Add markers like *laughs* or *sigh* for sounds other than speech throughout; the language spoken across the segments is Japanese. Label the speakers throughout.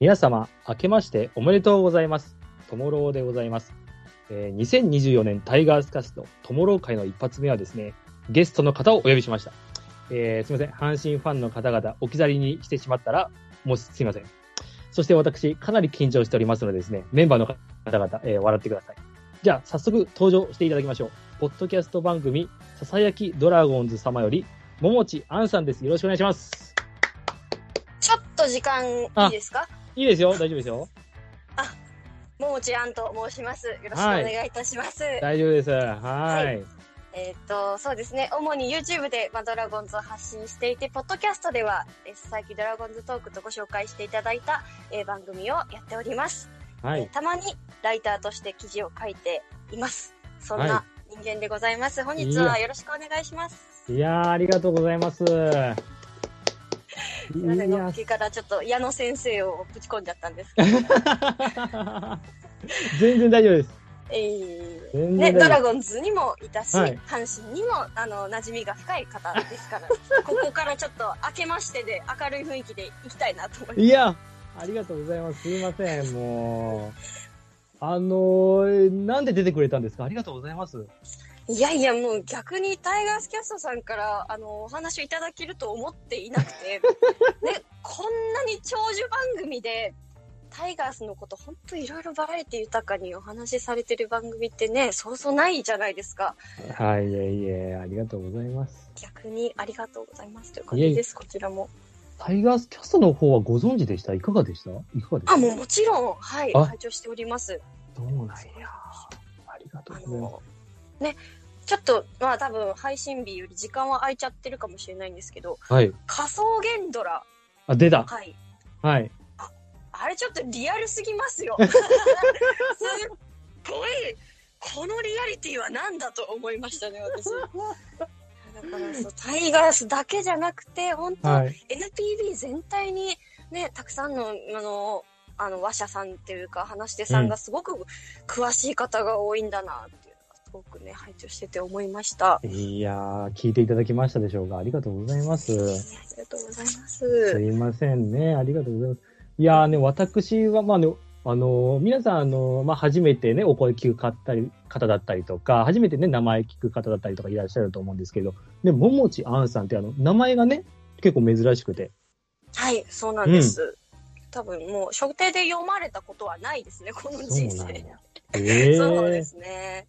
Speaker 1: 皆様、明けましておめでとうございます。トモローでございます。えー2024年タイガースカストトモロー会の一発目はですね、ゲストの方をお呼びしました。えーすみません、阪神ファンの方々、置き去りにしてしまったら、もうすみません。そして私、かなり緊張しておりますのでですね、メンバーの方々、えー笑ってください。じゃあ、早速登場していただきましょう。ポッドキャスト番組、ささやきドラゴンズ様より、桃地杏さんです。よろしくお願いします。
Speaker 2: ちょっと時間いいですか
Speaker 1: いいですよ、大丈夫ですよ。
Speaker 2: ももちあんと申します。よろしくお願いいたします。
Speaker 1: 大丈夫です。は。
Speaker 2: はいえーっ、と、そうですね。主に YouTube で、まあ、ドラゴンズを発信していて、ポッドキャストでは、えー、最近ドラゴンズトークとご紹介していただいた、えー番組をやっております、
Speaker 1: は
Speaker 2: えー
Speaker 1: い。
Speaker 2: たまにライターとして記事を書いています。そん
Speaker 1: は
Speaker 2: な人間でございます。本日
Speaker 1: いや
Speaker 2: はよろしくお願いします。
Speaker 1: いやー、ありがとうござい
Speaker 2: *laughs*
Speaker 1: ます。いや
Speaker 2: すみません、のっけからちょっと矢野先生をぶち込んじゃった
Speaker 1: *laughs*
Speaker 2: んですけど。
Speaker 1: 全然大丈夫です。
Speaker 2: えー
Speaker 1: 全
Speaker 2: ね、
Speaker 1: 然
Speaker 2: ド
Speaker 1: 大丈
Speaker 2: ラ
Speaker 1: 夫
Speaker 2: ゴンズにもいたし、
Speaker 1: はい
Speaker 2: 阪神にもあの馴染みが深い方です *laughs* からここからちょっと明けましてで明るい雰囲気でいきたいなと思います
Speaker 1: いや、ありがとうございます。すいません、もう。あのー、なんで出てくれたんですかありがとうございます。
Speaker 2: いやいやもう逆にタイガースキャストさんからあのお話をいただけると思っていなく *laughs* て、ね、こんなに長寿番組でタイガースのこと本当いろいろバラエティ豊かにお話しされてる番組ってねそうそうないじゃないですか
Speaker 1: はい、いえいえ、ありがとうございます。
Speaker 2: 逆にありがとうございますという感じですこちらも
Speaker 1: タイガースキャストの方はご存知でしたいかがでしたいかがでした
Speaker 2: あもうもちろんはい
Speaker 1: あ
Speaker 2: 拝聴しております
Speaker 1: どうなんや。ありがと
Speaker 2: あ
Speaker 1: うございます。
Speaker 2: の、ね、ちょっと、まあ多分配信日より時間は空いちゃってるかもしれないんですけど、
Speaker 1: はい。
Speaker 2: 仮想限ドラ、
Speaker 1: あ、出た。
Speaker 2: はい。
Speaker 1: はい。
Speaker 2: あれちょっとリアルすぎます
Speaker 1: *laughs*
Speaker 2: よ。すっごい、このリアリティは何だと思いましたね、私。だからそうタイガースだけじゃなくて、本当、
Speaker 1: はい。
Speaker 2: NPB 全体にね、たくさんの、あの、あの、話者さんっていうか、話し手さんがすごく詳しい方が多いんだな、っていうのがすごくね、拝聴してて思いました。
Speaker 1: いやー、聞いていただきましたでしょうか。ありがとうございます。
Speaker 2: いやありがとうございますす。
Speaker 1: いませんね。ありがとうございます。いやーね、私は、まあね、あのー皆さん、あのーまあ、初めてね、お声聞く方方だったりとか、初めてね、名前聞く方だったりとかいらっしゃると思うんですけど、ね、ももちあんさんって、あの、名前がね、結構珍しくて。
Speaker 2: はい、そうなんです。多分もう、所定で読まれたことはないですね、この人
Speaker 1: そうな
Speaker 2: *laughs*
Speaker 1: ん
Speaker 2: 生。
Speaker 1: や。ええ
Speaker 2: そうですね。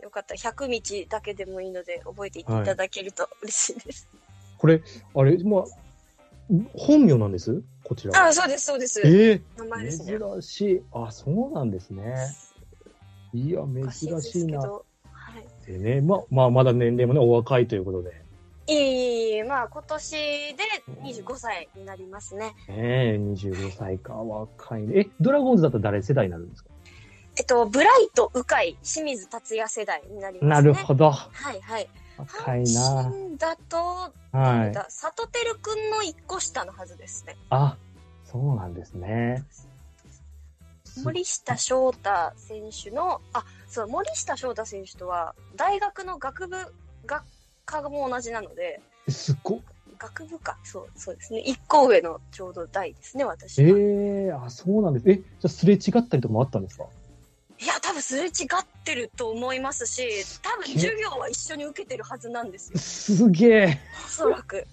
Speaker 2: よかったら100日だけでもいいので覚えていっていただけると嬉しいです。
Speaker 1: これ、あれ、まあ、本名なんですこちらは。
Speaker 2: あ、そうです、そうです。
Speaker 1: ええ
Speaker 2: 名前ですね。
Speaker 1: 珍しい。あ、そうなんですね。いや、
Speaker 2: お
Speaker 1: 珍
Speaker 2: かしいです
Speaker 1: しい
Speaker 2: け
Speaker 1: な。
Speaker 2: ど。はい。
Speaker 1: でね、まあ、まあ、まだ年齢もね、お若いということで。
Speaker 2: いえいえいえ、まあ今年で25歳になりますね。
Speaker 1: ねえ、25歳か、若いね。え、ドラゴンズだったら誰世代になるんですか
Speaker 2: えっと、ブライト、鵜飼、清水達也世代になりますね。
Speaker 1: なるほど。
Speaker 2: はいはい。
Speaker 1: 若い
Speaker 2: 阪
Speaker 1: な。
Speaker 2: 神だと、
Speaker 1: は
Speaker 2: 誰
Speaker 1: い。
Speaker 2: だサトテルくんの一個下のはずですね。
Speaker 1: あ、そうなんですね。す
Speaker 2: 森下翔太選手の、あ、そう、森下翔太選手とは、大学の学部、学科も同じなので、
Speaker 1: すっごっ。
Speaker 2: 学部か、そう、そうですね。一個上のちょうど代ですね、私
Speaker 1: え
Speaker 2: は。
Speaker 1: えあ、そうなんです。え、じゃあすれ違ったりとかもあったんですか
Speaker 2: いや、多分すれ違ってると思いますし、多分授業は一緒に受けてるはずなんですよ。
Speaker 1: *laughs* すげえ。
Speaker 2: おそらく。いや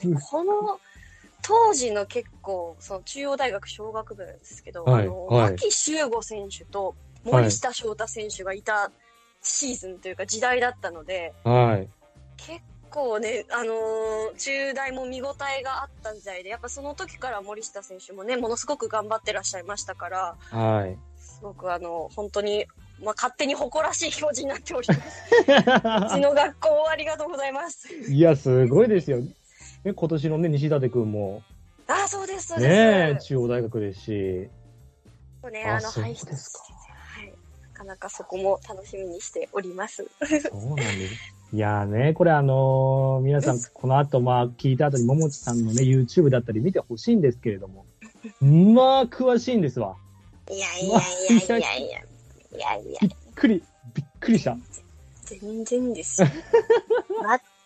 Speaker 2: でもねこの当時の結構、その中央大学小学部なんですけど、
Speaker 1: はい
Speaker 2: あの、
Speaker 1: はい
Speaker 2: 牧秀悟選手と
Speaker 1: はい
Speaker 2: 森下翔太選手がいたシーズンというか時代だったので、
Speaker 1: はい。
Speaker 2: 結構ね、あのー中大も見応えがあった時代で、やっぱその時から森下選手もね、ものすごく頑張ってらっしゃいましたから、
Speaker 1: はい。
Speaker 2: すごくあの、本当に、まあ、勝手に誇らしい表示になっております。うちの学校ありがとうございます。
Speaker 1: *laughs* いや、すごいですよ。ね、今年のね、西舘くんも、
Speaker 2: *laughs* あ、そうです、そうです。
Speaker 1: ねえ、中央大学ですし。
Speaker 2: ね、
Speaker 1: あ
Speaker 2: あの、
Speaker 1: そう
Speaker 2: 排出
Speaker 1: ですか
Speaker 2: はい。なかなかそこも楽しみにしてお
Speaker 1: *laughs*
Speaker 2: ります。
Speaker 1: そうなんです。いやーね、これあのー皆さん、この後、まあ、聞いた後に、ももちさんのね、YouTube だったり見てほしいんですけれども、まあ、詳しいんですわ。
Speaker 2: いやいやいやいやいや。いやいや、
Speaker 1: びっくり、びっくりした。 *laughs*
Speaker 2: 全然ですよ。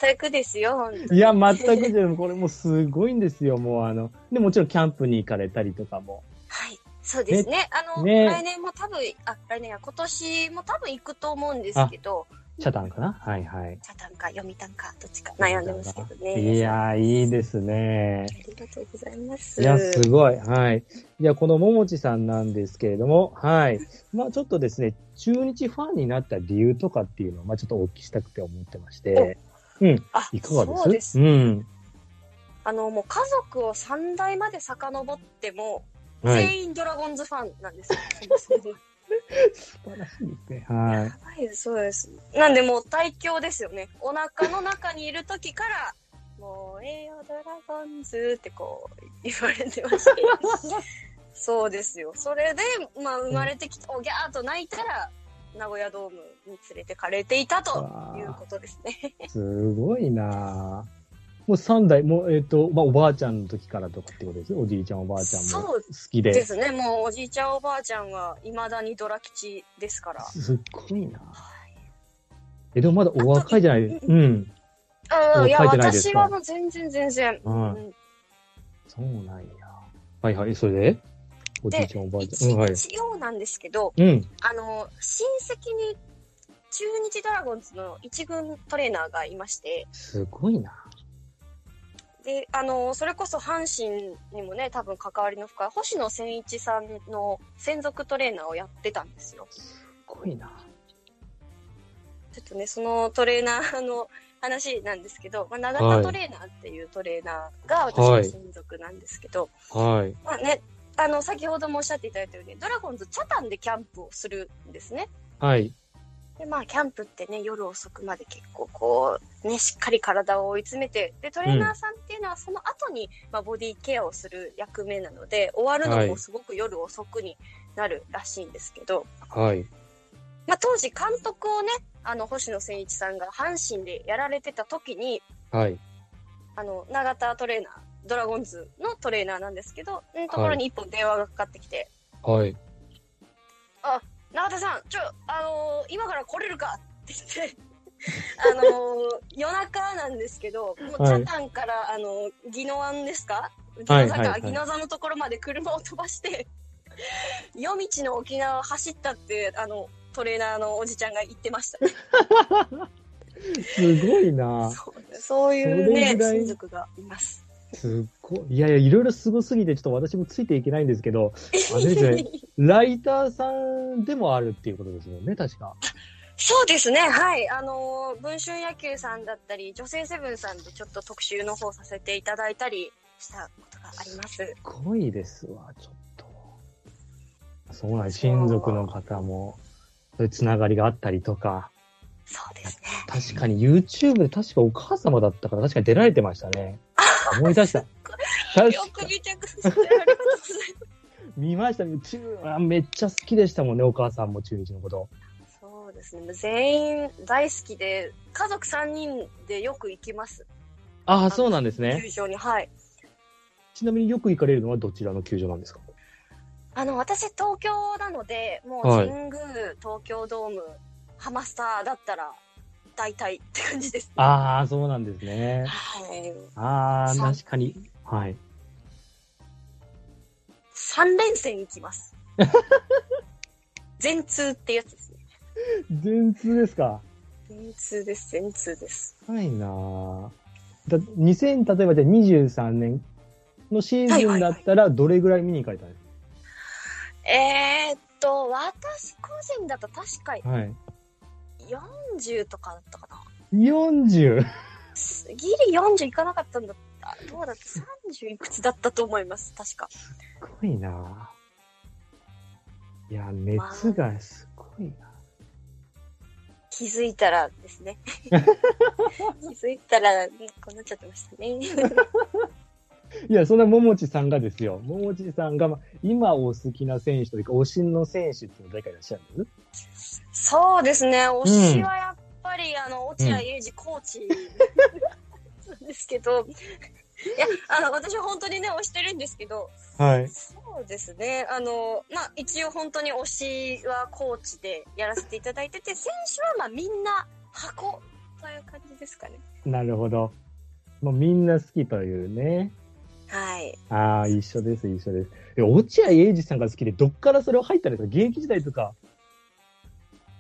Speaker 2: 全くですよ、本当に
Speaker 1: いや、全くじゃ、これもうすごいんですよ、もうあの。で、もちろんキャンプに行かれたりとかも。
Speaker 2: はい。そうですね。あの、
Speaker 1: ね
Speaker 2: 来年も多分、あ、来年や、今年も多分行くと思うんですけど、
Speaker 1: チャタンかなはいはい。
Speaker 2: 茶短か読み短か、どっちか悩んでますけどね。
Speaker 1: いやー、いいですね
Speaker 2: あ。りがとうございます。
Speaker 1: いや、すごい。はい。じゃあ、このももちさんなんですけれども、はい。まあ、ちょっとですね、中日ファンになった理由とかっていうのを、まあ、ちょっとお聞きしたくて思ってまして、うん。
Speaker 2: あ
Speaker 1: いかがです
Speaker 2: そうです。
Speaker 1: うん。
Speaker 2: あの、もう家族を3代まで遡っても、
Speaker 1: はい。
Speaker 2: 全員ドラゴンズファンなんですよ。そもそも
Speaker 1: 素晴らしいですね。はい。
Speaker 2: はい、そうです。なんでもう大凶ですよね。お腹の中にいる時から、もう、栄養ドラゴンズってこう、言われてました。そうですよ。それで、まあ、生まれてきて、おぎゃーっと泣いたら、名古屋ドームに連れてかれていたということですね。
Speaker 1: すごいなぁもう3代、もう、えっ、と、まあ、おばあちゃんの時からとかってことですおじいちゃん、おばあちゃんも
Speaker 2: そ
Speaker 1: 好
Speaker 2: う
Speaker 1: きで。
Speaker 2: ですね。もう、おじいちゃんおばあちゃんは、未だにドラ吉ですから。
Speaker 1: すっごいなぁえ、でもまだお若いじゃないですか。うん。
Speaker 2: うん、いや、
Speaker 1: 書いてないです
Speaker 2: 私
Speaker 1: か
Speaker 2: はもう全然全然。
Speaker 1: は
Speaker 2: うん
Speaker 1: い。そうなんや。はいはい、それでおじいちゃん、おばあちゃん。うん、はい。
Speaker 2: 一応なんですけど、
Speaker 1: うん。
Speaker 2: あの、親戚に中日ドラゴンズの一軍トレーナーがいまして、
Speaker 1: すごいな
Speaker 2: で、あの、それこそ阪神にもね、多分関わりの深い、星野千一さんの専属トレーナーをやってたんですよ。
Speaker 1: すごいな
Speaker 2: ちょっとね、そのトレーナーの話なんですけど、まあ、長
Speaker 1: は
Speaker 2: 田
Speaker 1: い
Speaker 2: トレーナーっていうトレーナーが私の専属なんですけど、
Speaker 1: はい。
Speaker 2: まあね、あの、先ほどもおっしゃっていただいたように、ドラゴンズチャタンでキャンプをするんですね。
Speaker 1: はい。
Speaker 2: でまあ、キャンプってね、夜遅くまで結構こう、ね、しっかり体を追い詰めて、で、トレーナーさんっていうのはその後に、まあ、ボディケアをする役目なので、終わる
Speaker 1: は
Speaker 2: の
Speaker 1: い
Speaker 2: もすごく夜遅くになるらしいんですけど、
Speaker 1: はい。
Speaker 2: まあ、当時監督をね、あの、星野千一さんが阪神でやられてた時に、
Speaker 1: はい。
Speaker 2: あの、永田トレーナー、ドラゴンズのトレーナーなんですけど、うんところに一本電話がかかってきて、
Speaker 1: はい。
Speaker 2: 永田さん、ちょ、あのー今から来れるかって
Speaker 1: *laughs*
Speaker 2: 言って、あのー夜中なんですけど、もう、
Speaker 1: は
Speaker 2: チ
Speaker 1: い
Speaker 2: ャタンから、あのー、宜野湾ですか宜
Speaker 1: は
Speaker 2: 野
Speaker 1: い
Speaker 2: 座
Speaker 1: はいは
Speaker 2: か、
Speaker 1: い
Speaker 2: 宜野座のところまで車を飛ばして、 *laughs* 夜道の沖縄を走ったって、あの、トレーナーのおじちゃんが言ってました。
Speaker 1: すごいなぁ
Speaker 2: そうそういうね
Speaker 1: それぐ、らい
Speaker 2: 親族がいます。
Speaker 1: すっごい。いやいや、いろいろすごすぎて、ちょっと私もついていけないんですけど、あれですね
Speaker 2: *laughs*
Speaker 1: ライターさんでもあるっていうことですもんね、確か。
Speaker 2: そうですね、はい。あのー文春野球さんだったり、女性セブンさんでちょっと特集の方させていただいたりしたことがあります。
Speaker 1: すごいですわ、ちょっと。そうなんです親族の方も、そういうつながりがあったりとか、
Speaker 2: そうですね。
Speaker 1: 確かに YouTube で確かお母様だったから確かに出られてましたね。思い出した。確
Speaker 2: よく
Speaker 1: か
Speaker 2: 見てくださってありがとうございま
Speaker 1: 見ましたね。中あめっちゃ好きでしたもんね、お母さんも中日のこと。
Speaker 2: す。そうですね。全員大好きで、家族3人でよく行きます。
Speaker 1: ああ、そうなんですね。
Speaker 2: 球場に。はい。
Speaker 1: ちなみによく行かれるのはどちらの球場なんですか
Speaker 2: あの、私東京なので、もう
Speaker 1: はい
Speaker 2: 神宮、東京ドーム、ハマスターだったら、大体って感じです、
Speaker 1: ああ、そうなんですね。
Speaker 2: はい。
Speaker 1: ああ、
Speaker 2: そう
Speaker 1: 確かに。はい。
Speaker 2: 3連戦行きます。全通ってやつですね。
Speaker 1: 全通ですか。
Speaker 2: 全通です、全通です。
Speaker 1: ないなぁだ2000例えばじゃあ23年のシーズンだったらどれぐらい見に行かれたんです
Speaker 2: えー、っと、私個人だと確
Speaker 1: か
Speaker 2: か
Speaker 1: はい。
Speaker 2: 40とかだったかな。
Speaker 1: 40!
Speaker 2: ギリ40いかなかったんだった。どうだった30いくつだったと思います、確か。
Speaker 1: すごいなぁいや、熱がすごいな
Speaker 2: 気づいたらですね。気づいたら、こうなっちゃってましたね。
Speaker 1: いや、そんなももちさんがですよ。ももちさんが、まあ、今お好きな選手というか、推しの選手っていうのは誰かいらっしゃるんで
Speaker 2: そうですね、推しはやっぱり、あの、落合英二コーチなんですけど、いや、あの、私は本当にね、推してるんですけど、
Speaker 1: すはい。
Speaker 2: そうですね、あの、まあ、一応本当に推しはコーチでやらせていただいてて、選手はまあみんな箱、そういう感じですかね。
Speaker 1: なるほど。もうみんな好きというね。
Speaker 2: はい。
Speaker 1: ああ、一緒です、一緒です。え落合英二さんが好きで、どっからそれを入ったんですか現役時代とか。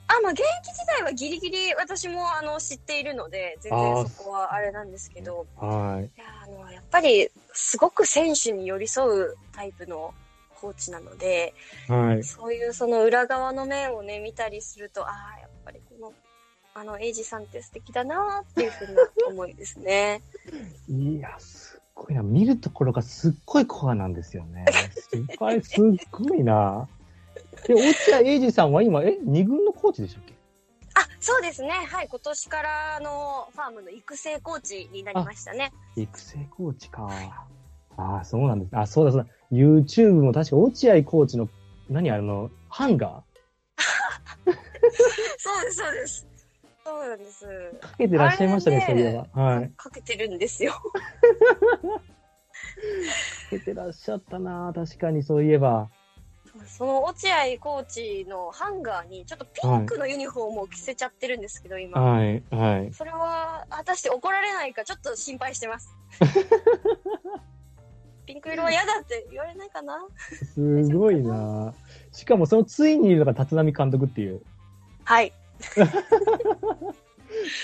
Speaker 2: あ、まあ、現役時代はギリギリ私もあの知っているので、全
Speaker 1: あー
Speaker 2: 然そこはあれなんですけど、
Speaker 1: はい。
Speaker 2: いや、あの、やっぱり、すごく選手に寄り添うタイプのコーチなので、
Speaker 1: はい。
Speaker 2: そういうその裏側の面をね、見たりすると、ああ、やっぱりこの、あの、エイジさんって素敵だなっていうふうな思いですね。
Speaker 1: いや、すっごいな。見るところがすっごいコアなんですよね。すっごい、すっごいな。で、落合英二さんは今、え、二軍のコーチでしたっけ
Speaker 2: *laughs* あ、そうですね。はい。今年からあのファームの育成コーチになりましたね。
Speaker 1: 育成コーチか。ああ、そうなんです。あ、そうだそうだ。YouTube も確か落合コーチの、何あの、ハンガ
Speaker 2: そうです、そうです。そうなんです。
Speaker 1: ーかけてらっしゃいましたね、そ
Speaker 2: あれ
Speaker 1: う
Speaker 2: ね
Speaker 1: いえば。はい。
Speaker 2: かけてるんですよ。
Speaker 1: かけてらっしゃったな。確かにそういえば。
Speaker 2: その落合コーチのハンガーにちょっとピンクのユニフォームを着せちゃってるんですけど、今。
Speaker 1: はい、はい。
Speaker 2: それは果たして怒られないかちょっと心配してます。
Speaker 1: *laughs*
Speaker 2: ピンク色は嫌だって言われないかな
Speaker 1: すごいな。しかもそのついにいるのが立浪監督っていう。
Speaker 2: はい。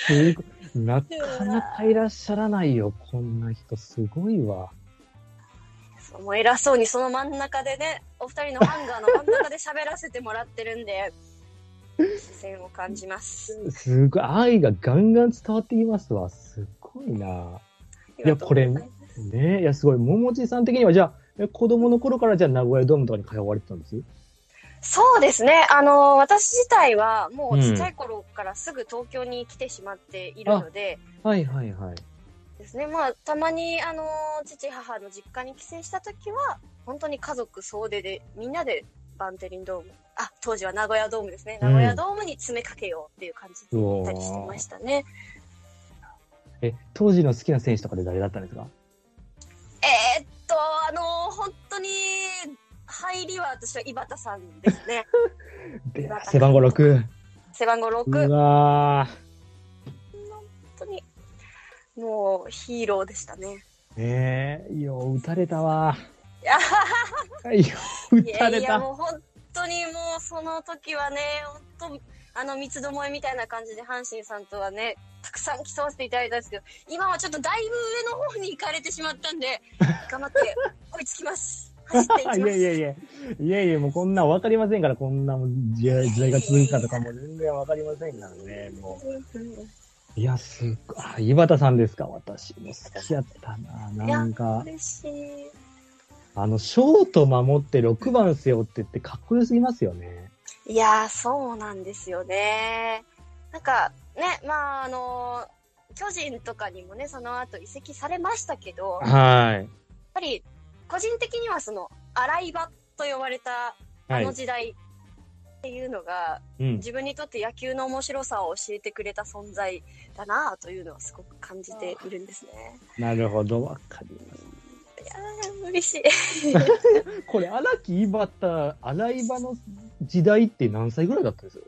Speaker 1: すごい *laughs* なかなかいらっしゃらないよ、こんな人。すごいわ。
Speaker 2: そうもう偉そうにその真ん中でね、お二人のハンガーの真ん中で喋らせてもらってるんで、視線を感じます。
Speaker 1: すごい。愛がガンガン伝わってきますわ。すごいな。いやこれ
Speaker 2: ありがとうございます
Speaker 1: ねえ、いや、すごい。桃地さん的には、じゃあ、え子供の頃から、じゃあ、名古屋ドームとかに通われてたんです
Speaker 2: そうですね。あの、私自体はもうちっちゃい頃からすぐ東京に来てしまっているので、
Speaker 1: はいはいはい。
Speaker 2: ですね。まあ、たまに、あの、父、母の実家に帰省した時は、本当に家族総出で、みんなでバンテリンドーム、あ、当時は名古屋ドームですね。
Speaker 1: う
Speaker 2: 名
Speaker 1: ん
Speaker 2: 古屋ドームに詰めかけようっていう感じで行ったりしてましたね。
Speaker 1: え、当時の好きな選手とかで誰だったんですか
Speaker 2: えーっと、あの、本当に、入りは私は井端さんですね。
Speaker 1: で
Speaker 2: わかんない
Speaker 1: 背番号6。
Speaker 2: 背番号
Speaker 1: う
Speaker 2: 6、本
Speaker 1: わー
Speaker 2: 当に、もうヒーローでしたね。
Speaker 1: ねえ、よう打たれたわ。 *laughs*
Speaker 2: いや
Speaker 1: よう打
Speaker 2: い
Speaker 1: た
Speaker 2: や
Speaker 1: れ
Speaker 2: いや、
Speaker 1: た。
Speaker 2: もう本当にもうその時はね、本当、あの三つどもえみたいな感じで阪神さんとはね、たくさん競わせていただいたんですけど、今はちょっとだいぶ上の方に行かれてしまった
Speaker 1: *laughs*
Speaker 2: んで、頑張って追いつきます。走っていきます。
Speaker 1: いやいやいや、いやいや、もうこんなんわかりませんから、こんなもん時代時代が続くかとかも全然わかりませんからね、もう。いや、すっごい。あ、井端さんですか私も好きやったな。なんか、
Speaker 2: 嬉しい。
Speaker 1: あの、ショート守って6番背負ってってかっこよすぎますよね。
Speaker 2: いやー、そうなんですよね。なんか、ね、まあ、あの巨人とかにもね、その後移籍されましたけど、
Speaker 1: はい。
Speaker 2: やっぱり個人的にはその洗い場と呼ばれたあ
Speaker 1: はい
Speaker 2: の。時代っていうのが
Speaker 1: うん。
Speaker 2: 自分にとって野球の面白さを教えてくれた存在だなというのはすごく感じているんですね。
Speaker 1: なるほど、わかります。
Speaker 2: いやー嬉しい。
Speaker 1: これ、荒木井端、荒井場の時代って何歳ぐらいだったんですよ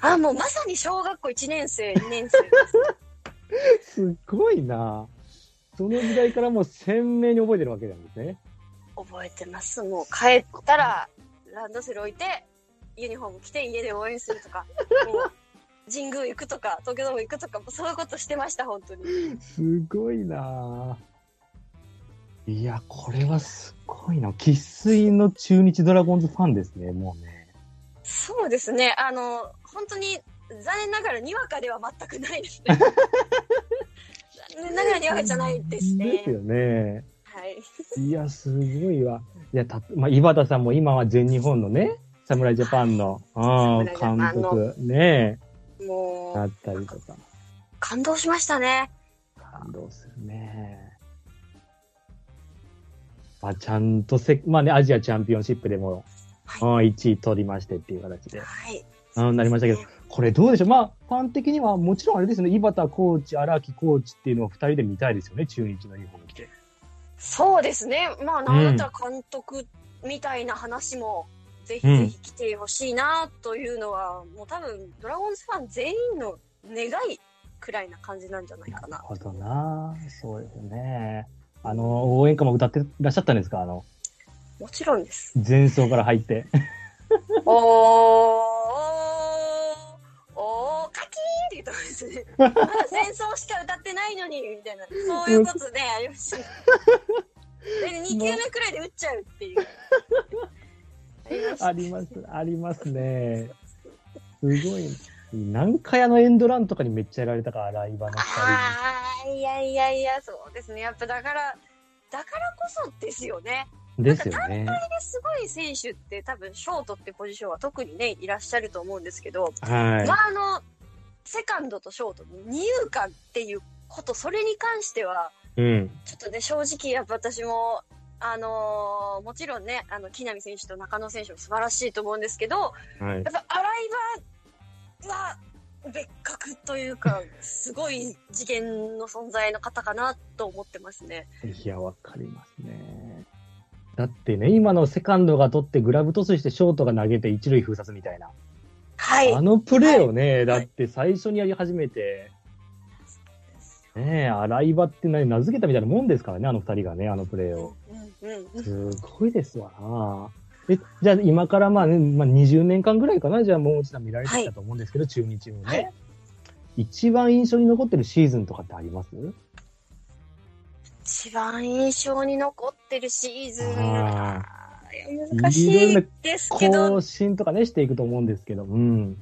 Speaker 2: あ、もうまさに小学校1年生、2年生。
Speaker 1: すごいなその時代からもう鮮明に覚えてるわけなんですね。
Speaker 2: 覚えてます。もう帰ったらランドセル置いてユニフォーム着て家で応援するとか、もう神宮行くとか東京ドーム行くとか、もうそういうことしてました、本当に。
Speaker 1: すごいないや、これはすごいな生粋の中日ドラゴンズファンですね、もうね。
Speaker 2: そうですね。あの、本当に、残念ながらにわかでは全くないです
Speaker 1: *laughs*
Speaker 2: ね。残念ながらにわかじゃないです
Speaker 1: で
Speaker 2: ね
Speaker 1: す。よね。
Speaker 2: はい。
Speaker 1: いや、すごいわ。いや、た、まあ、井端さんも今は全日本のね、侍ジャパンの、うん、
Speaker 2: 侍ジャパン
Speaker 1: 監
Speaker 2: の
Speaker 1: 督、ねえ、
Speaker 2: も
Speaker 1: な
Speaker 2: う、
Speaker 1: ったりとか。
Speaker 2: 感動しましたね。
Speaker 1: 感動するね。まあ、ちゃんとせ、まあね、アジアチャンピオンシップでも、
Speaker 2: は
Speaker 1: うん1位取りましてっていう形で、
Speaker 2: はい。
Speaker 1: うん、なりましたけど、これどうでしょう、まあ、ファン的にはもちろんあれですね、井端コーチ、荒木コーチっていうのを2人で見たいですよね、中日の日本来て。
Speaker 2: そうですね。まあ、なんだったら監督みたいな話も、ぜひぜひ来てほしいなというのは、もう多分、ドラゴンズファン全員の願いくらいな感じなんじゃない
Speaker 1: な
Speaker 2: か
Speaker 1: る
Speaker 2: な。
Speaker 1: ほどな。そうですね。あの、応援歌も歌ってらっしゃったんですかあの、
Speaker 2: もちろんです。
Speaker 1: 前奏から入って。
Speaker 2: おー、おー、カキーって言ったんですね。まだ戦争しか歌ってないのに、みたいな。そういうことね、ありました。で、2球目くらいで打っちゃうっていう。ありまし
Speaker 1: *laughs*
Speaker 2: た
Speaker 1: あります、ありますね。すごい。南かやのエンドランとかにめっちゃやられたから、ライバーの二人。
Speaker 2: あーいやいやいやそうですねやっぱだからだからこそですよね
Speaker 1: ですよね。
Speaker 2: ですごい選手って多分ショートってポジションは特にねいらっしゃると思うんですけど、
Speaker 1: はい
Speaker 2: ま。ああのセカンドとショートの二遊間っていうことそれに関しては
Speaker 1: うん。
Speaker 2: ちょっとね正直やっぱ私もあのーもちろんねあの木浪選手と中野選手も素晴らしいと思うんですけど
Speaker 1: はい。
Speaker 2: やっぱアライバーは別格というか、すごい次元の存在の方かなと思ってますね。
Speaker 1: いや、わかりますね。だってね、今のセカンドが取ってグラブトスしてショートが投げて一塁封殺みたいな。
Speaker 2: はい。
Speaker 1: あのプレーをね、だって最初にやり始めて、ねえ、洗い場ってな名付けたみたいなもんですからね、あの二人がね、あのプレーを。
Speaker 2: うんうんうん
Speaker 1: すごいですわな。えじゃあ今からまあ、ね、まあ20年間ぐらいかな、じゃあもう一度見られてきたと思うんですけど、中日もね、
Speaker 2: はい
Speaker 1: 一番印象に残ってるシーズンとかってあります
Speaker 2: 一番印象に残ってるシーズン
Speaker 1: あ
Speaker 2: いや難しいですけど、
Speaker 1: 更新とかね、していくと思うんですけど、うん。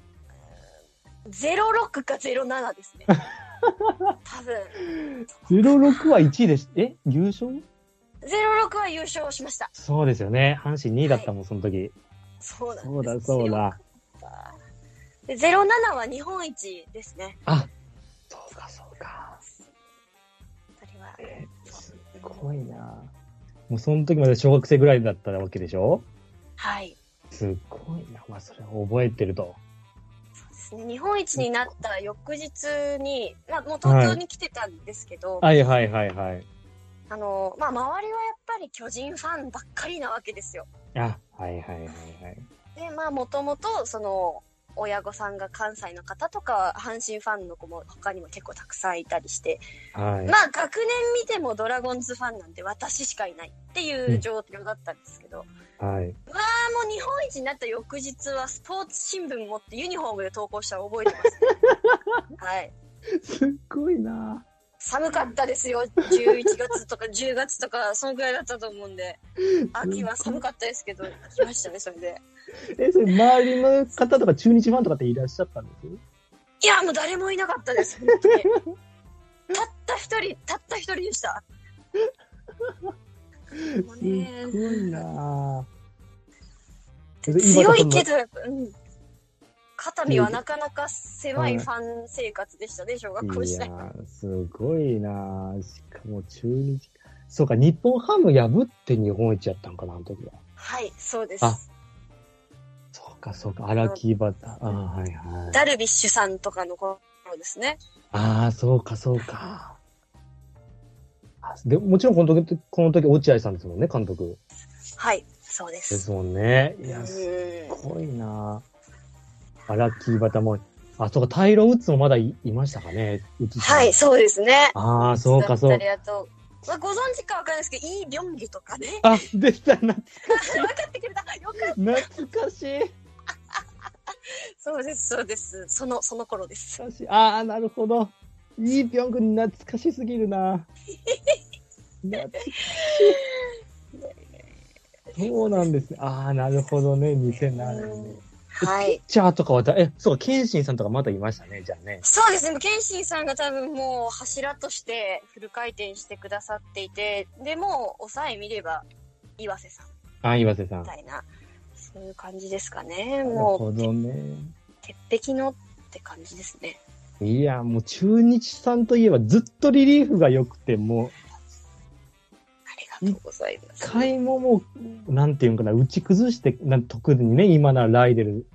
Speaker 2: 06か07です
Speaker 1: *laughs*
Speaker 2: ね。多分。
Speaker 1: 06は1位でし、え優勝
Speaker 2: 06は優勝しました。
Speaker 1: そうですよね。阪神2位だったもん、その時。
Speaker 2: そうなん
Speaker 1: そう
Speaker 2: で
Speaker 1: だ、
Speaker 2: す。
Speaker 1: そうだ。
Speaker 2: 強かった。で07は日本一ですね。
Speaker 1: あ、そうか、そうか。
Speaker 2: それは。
Speaker 1: すごいな。もうその時まで小学生ぐらいだったわけでしょ
Speaker 2: はい。
Speaker 1: すっごいな。まあ、それを覚えてると。
Speaker 2: 日本一になった翌日に、まあ、もう東京に来てたんですけど、
Speaker 1: はいはいはいはい。
Speaker 2: あのまあ、周りはやっぱり巨人ファンばっかりなわけですよ。
Speaker 1: あ、はいはいはいはい。
Speaker 2: でまあもともとその親御さんが関西の方とか阪神ファンの子も他にも結構たくさんいたりして、
Speaker 1: はい。
Speaker 2: まあ学年見てもドラゴンズファンなんて私しかいないっていう状況だったんですけど、
Speaker 1: はい。
Speaker 2: あもう日本一になった翌日はスポーツ新聞持ってユニフォームで投稿したの覚えてます、
Speaker 1: *laughs*
Speaker 2: はい
Speaker 1: すっごいな。
Speaker 2: 寒かったですよ。11月とか10月とか、そのぐらいだったと思うんで。秋は寒かったですけど、来ましたね、それで。
Speaker 1: え、それ周りの方とか中日ファンとかっていらっしゃったんです
Speaker 2: いや、もう誰もいなかったです、本当に。たった一人、たった一人でした。
Speaker 1: *laughs* す
Speaker 2: もうね
Speaker 1: っごいな。
Speaker 2: 強いけど、やっぱうん。肩身はなかなか狭いファン生活でしたね、小 *laughs* 学校
Speaker 1: い
Speaker 2: 時
Speaker 1: や
Speaker 2: 代。
Speaker 1: ー、すごいなー。しかも中日。そうか、日本ハム破って日本一やったんかな、あの時は。
Speaker 2: はい、そうです。
Speaker 1: あそうか、そうか、荒木バタ。あーはいはい。
Speaker 2: ダルビッシュさんとかの頃ですね。
Speaker 1: ああ、そうか、そうか。あでもちろんこの時、この時、落合さんですもんね、監督。
Speaker 2: はい、そうで。
Speaker 1: ですすもんね。いや、す
Speaker 2: うん
Speaker 1: ごいなー。荒木バタも。あ、そうか、タイロン・ウッズもまだいいましたかね。ウッズさん
Speaker 2: はい、。そうですね。
Speaker 1: ああ、そうか、そ
Speaker 2: だっ
Speaker 1: う
Speaker 2: た
Speaker 1: か。
Speaker 2: りあと、まあ、ご存知かわからないですけど、イー・ビョンギとかね。 *laughs*
Speaker 1: あ、出た、な、
Speaker 2: 分かってくれた。よかった。
Speaker 1: 懐かしい。
Speaker 2: そうです、そうです。その、その頃です。
Speaker 1: 懐かしい。ああ、なるほど。いいぴょんくん、懐かしすぎる *laughs* な。懐かしい。そうなんですね。ああ、なるほどね。2007年ね。
Speaker 2: はい。
Speaker 1: じゃあとかはだ、え、そうか、謙信さんとかまだいましたね、じゃあね。
Speaker 2: そうですね。ケンシーさんが多分もう柱としてフル回転してくださっていて、でも、抑え見れば、岩瀬さん
Speaker 1: あ、岩瀬さん。
Speaker 2: み
Speaker 1: な
Speaker 2: たいな、そういう感じですかね。
Speaker 1: る
Speaker 2: も
Speaker 1: ほどね。
Speaker 2: う、鉄壁のって感じですね。
Speaker 1: いや、もう中日さんといえばずっとリリーフが良くて、も
Speaker 2: ありがとうございま
Speaker 1: う、
Speaker 2: す。
Speaker 1: 買いももう、なんていうんかな、打ち崩して、なん特にね、今ならライデル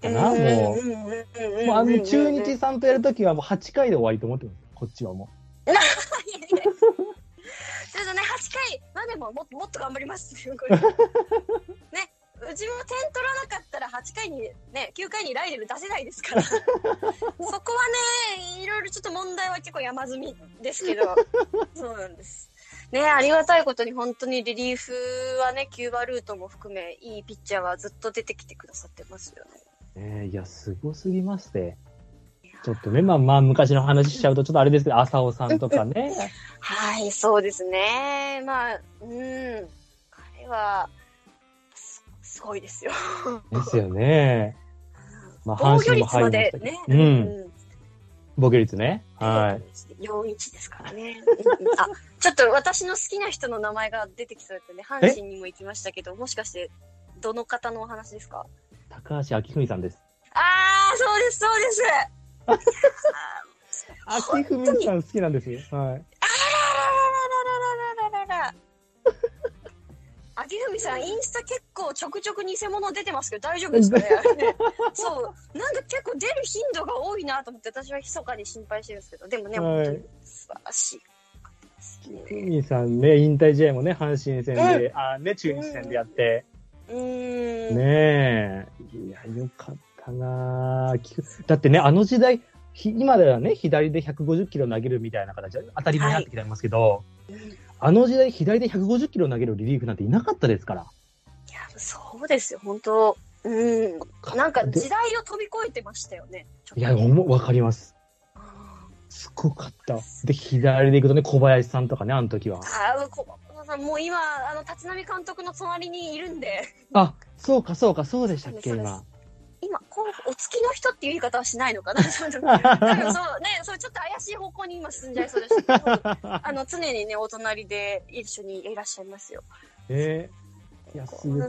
Speaker 1: かな、もう。
Speaker 2: うんうんうんうんうん
Speaker 1: もうあの中日さんとやるときはもう8回で終わりと思ってます。こっちはも
Speaker 2: いやいやいやちょっとね、8回までももっともっと頑張ります。これね、うちも点取らなかったら8回にね、9回にライデル出せないですから。そこはね、いろいろちょっと問題は結構山積みですけど。そうなんです。ね、ありがたいことに本当にリリーフはね、キューバルートも含め、いいピッチャーはずっと出てきてくださってますよね。
Speaker 1: えいや、すごすぎますね。ちょっとね、まあまあ、昔の話しちゃうと、ちょっとあれですけど、浅尾さんとか
Speaker 2: *laughs*
Speaker 1: ね。
Speaker 2: はい、そうですね。まあ、うん。彼は、すすごいですよ。
Speaker 1: ですよね。まあ、
Speaker 2: 防
Speaker 1: 阪
Speaker 2: 御
Speaker 1: 神も
Speaker 2: 率
Speaker 1: 入
Speaker 2: ま
Speaker 1: りまし
Speaker 2: で
Speaker 1: たけど
Speaker 2: ね。。
Speaker 1: うん。防御率ね。はい。
Speaker 2: い。41ですからね。うん
Speaker 1: *laughs*
Speaker 2: うんあ、ちょっと私の好きな人の名前が出てきそうだったね。阪神にも行きましたけど、もしかして、どの方のお話ですか
Speaker 1: 高橋明文さんです。
Speaker 2: あー、そうです、そ
Speaker 1: *laughs*
Speaker 2: うです。
Speaker 1: 明文さん好きなんですよ。はい。
Speaker 2: あらららららららららら。あきふみさん、インスタ結構ちょくちょく偽物出てますけど、大丈夫ですかねあれねそう。なんか結構出る頻度が多いなと思って、私は密かに心配してるんですけど、でもね、
Speaker 1: はい
Speaker 2: 本当に素晴らしい。
Speaker 1: 明文さんね、引退試合もね、阪神戦で、ああ、ね、中日戦でやって。
Speaker 2: うーん。
Speaker 1: ねえ。いや、よかったなあきくだってね、あの時代、ひ今ではね、左で150キロ投げるみたいな形で当たり前になってきてますけど、あの時代、左で150キロ投げるリリーフなんていなかったですから。
Speaker 2: いや、そうですよ、本当うん。なんか
Speaker 1: で
Speaker 2: 時代を飛び越えてましたよね。ちょっと
Speaker 1: いや、ほんまわかります。すごかった。で、左で行くとね、小林さんとかね、あの時は。
Speaker 2: あー、こさん、もう今、あの、立浪監督の隣にいるんで、
Speaker 1: あ、そうか、そうか、そうでしたっけ、
Speaker 2: そうです
Speaker 1: 今。
Speaker 2: 今、こう、お月の人っていう言い方はしない
Speaker 1: *laughs*
Speaker 2: のかなそうそうね、そう、ちょっと怪しい方向に今進んじゃいそ
Speaker 1: *laughs*
Speaker 2: うですけど、あの、常にね、お隣で一緒にいらっしゃいますよ。
Speaker 1: えー、いや、すごい。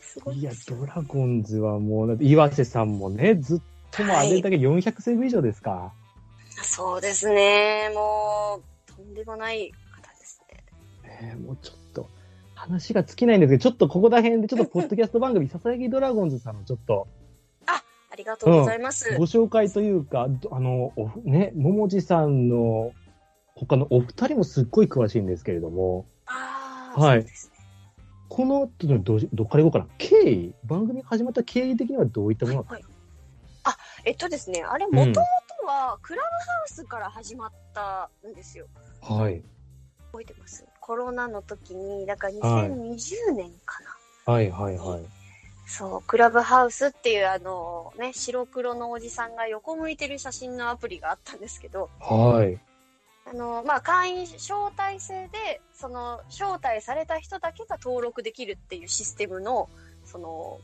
Speaker 2: すごい
Speaker 1: いや
Speaker 2: で、すよ
Speaker 1: ドラゴンズはもう、だって岩瀬さんもね、ずっともうあれだけ400セーブ以上ですか。
Speaker 2: そうですね、もう、とんでもない方ですね。
Speaker 1: えーもうちょっと、話が尽きないんですけど、ちょっとここら辺で、ちょっとポッドキャスト番組、ささやきドラゴンズさんのちょっと、
Speaker 2: ありがとうございます。
Speaker 1: ご紹介というか、どあの、おね、ももじさんの、他のお二人もすっごい詳しいんですけれども、
Speaker 2: ああ、
Speaker 1: はい
Speaker 2: そうですね。
Speaker 1: この、ちょっとど、どっからいこうかな。経緯、番組始まった経緯的にはどういったものだった
Speaker 2: はいあ、えっとですね、あれ、
Speaker 1: ん
Speaker 2: もともとは、クラブハウスから始まったんですよ。
Speaker 1: はい。
Speaker 2: 覚えてますコロナの時に、だから
Speaker 1: はい
Speaker 2: 2020年かな。
Speaker 1: はいはいはい。
Speaker 2: そう、クラブハウスっていう、あの、ね、白黒のおじさんが横向いてる写真のアプリがあったんですけど、
Speaker 1: はい。
Speaker 2: あの、まあ、会員招待制で、その、招待された人だけが登録できるっていうシステムの、その、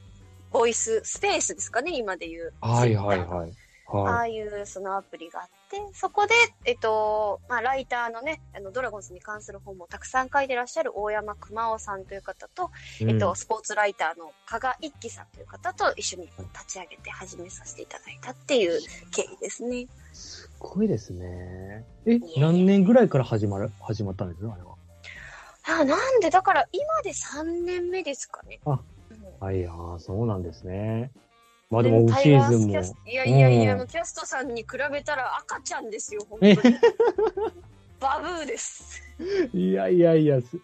Speaker 2: ボイス、スペースですかね、今で言う。
Speaker 1: はいはいはい。
Speaker 2: あ
Speaker 1: は
Speaker 2: あいうそのアプリがあって、そこで、えっと、まあ、ライターのね、あの、ドラゴンズに関する本もたくさん書いてらっしゃる大山熊雄さんという方と、
Speaker 1: い。
Speaker 2: えっと、
Speaker 1: うん
Speaker 2: スポーツライターの加賀一輝さんという方と一緒に立ち上げて始めさせていただいたっていう経緯ですね。
Speaker 1: すごいですね。え、何年ぐらいから始まる、始まったんですかあれは。
Speaker 2: あなんで、だから今で3年目ですかね。
Speaker 1: あ
Speaker 2: うん
Speaker 1: はい、ああ、そうなんですね。まあでも、オフシーズンも
Speaker 2: タイガース。キャスいやいやいや、
Speaker 1: うん
Speaker 2: もうキャストさんに比べたら赤ちゃんですよ、本当に。バブーです。
Speaker 1: いやいやいや、すい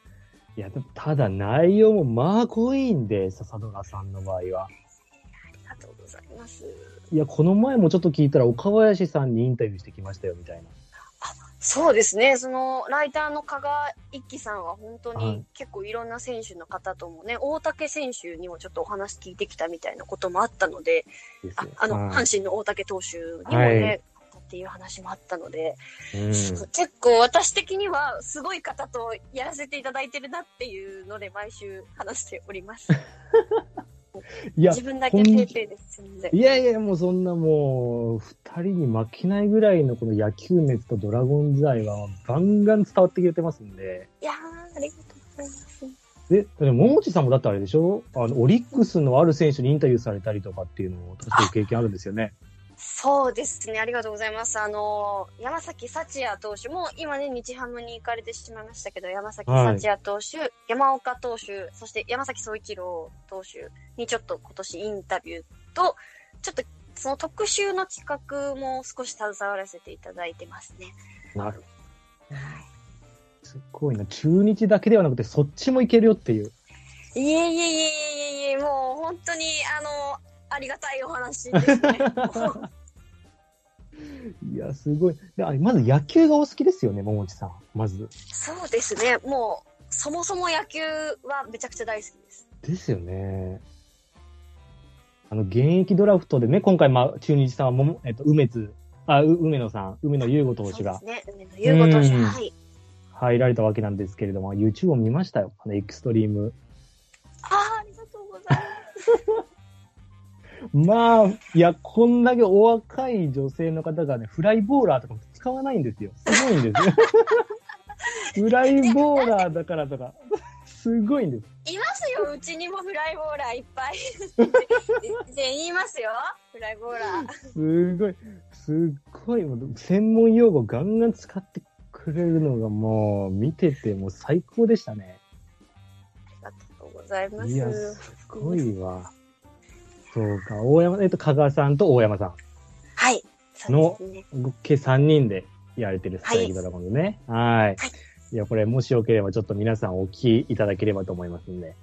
Speaker 1: や、たただ内容もまあ濃いんで、笹ドラさんの場合は。
Speaker 2: ありがとうございます。
Speaker 1: いや、この前もちょっと聞いたら、岡林さんにインタビューしてきましたよ、みたいな。
Speaker 2: そうですね、そのライターの加賀一輝さんは本当
Speaker 1: はい
Speaker 2: に結構いろんな選手の方ともね、大竹選手にもちょっとお話聞いてきたみたいなこともあったので、
Speaker 1: です
Speaker 2: あ
Speaker 1: よ
Speaker 2: あの、
Speaker 1: はい
Speaker 2: 阪神の大竹投手にも
Speaker 1: は
Speaker 2: ね、っていう話もあったので、
Speaker 1: うん
Speaker 2: 結構私的にはすごい方とやらせていただいてるなっていうので毎週話しております。
Speaker 1: いや
Speaker 2: 自、分だけペーペーです。全然
Speaker 1: いやいや、もうそんなもう、二人に負けないぐらいのこの野球熱とドラゴンズ愛はガンガン伝わってくれてますんで。
Speaker 2: いやー、ありがとうございます。
Speaker 1: で、だって桃地さんもだってあれでしょあの、オリックスのある選手にインタビューされたりとかっていうのも確かに経験あるんですよね。
Speaker 2: そうですね、ありがとうございます。あの、山崎幸也投手も、今ね、日ハムに行かれてしまいましたけど、山崎
Speaker 1: はい
Speaker 2: 幸也投手、山岡投手、そして山崎総一郎投手にちょっと今年インタビューと、ちょっとその特集の企画も少し携わらせていただいてますね。
Speaker 1: なる。すっごいな。中日だけではなくて、そっちもいけるよっていう。
Speaker 2: いえいえいえいえいえいはい、もう本当に、あの、ありがたいお話ですね。
Speaker 1: いや、すごい。であれまず野球がお好きですよね、桃地さん。まず。
Speaker 2: *laughs* そうですね、もう、そもそも野球はめちゃくちゃ大好きです。
Speaker 1: ですよね。あの、現役ドラフトでね、今回、まあ、中日さんはもも、えっと、梅津、あ、う梅野さん、梅野優吾投手が
Speaker 2: そうですね、梅野優吾投手、
Speaker 1: うん
Speaker 2: はい。
Speaker 1: 入られたわけなんですけれども、YouTube を見ましたよ。あの、エクストリーム。
Speaker 2: ああ、ありがとうございます。
Speaker 1: まあ、いや、こんだけお若い女性の方がね、フライボーラーとかも使わないんですよ。すごいんですよ。
Speaker 2: *laughs*
Speaker 1: フライボーラーだからとか、すごいんです。
Speaker 2: いますよ、うちにもフライボーラーいっぱい。 *laughs* 全員いますよ、フライボーラー。
Speaker 1: すごい、すっごい、もう専門用語ガンガン使ってくれるのがもう、見ててもう最高でしたね。
Speaker 2: ありがとうございま
Speaker 1: いや、
Speaker 2: す。
Speaker 1: すごいわ。そうか、大山、えっと、加賀さんと大山さ
Speaker 2: はい。そうですね。
Speaker 1: ん、合計3人でやられてるスタイルドラゴンでね。はい。い
Speaker 2: はい
Speaker 1: や、これ、もしよければ、ちょっと皆さんお聞きいただければと思いますんで。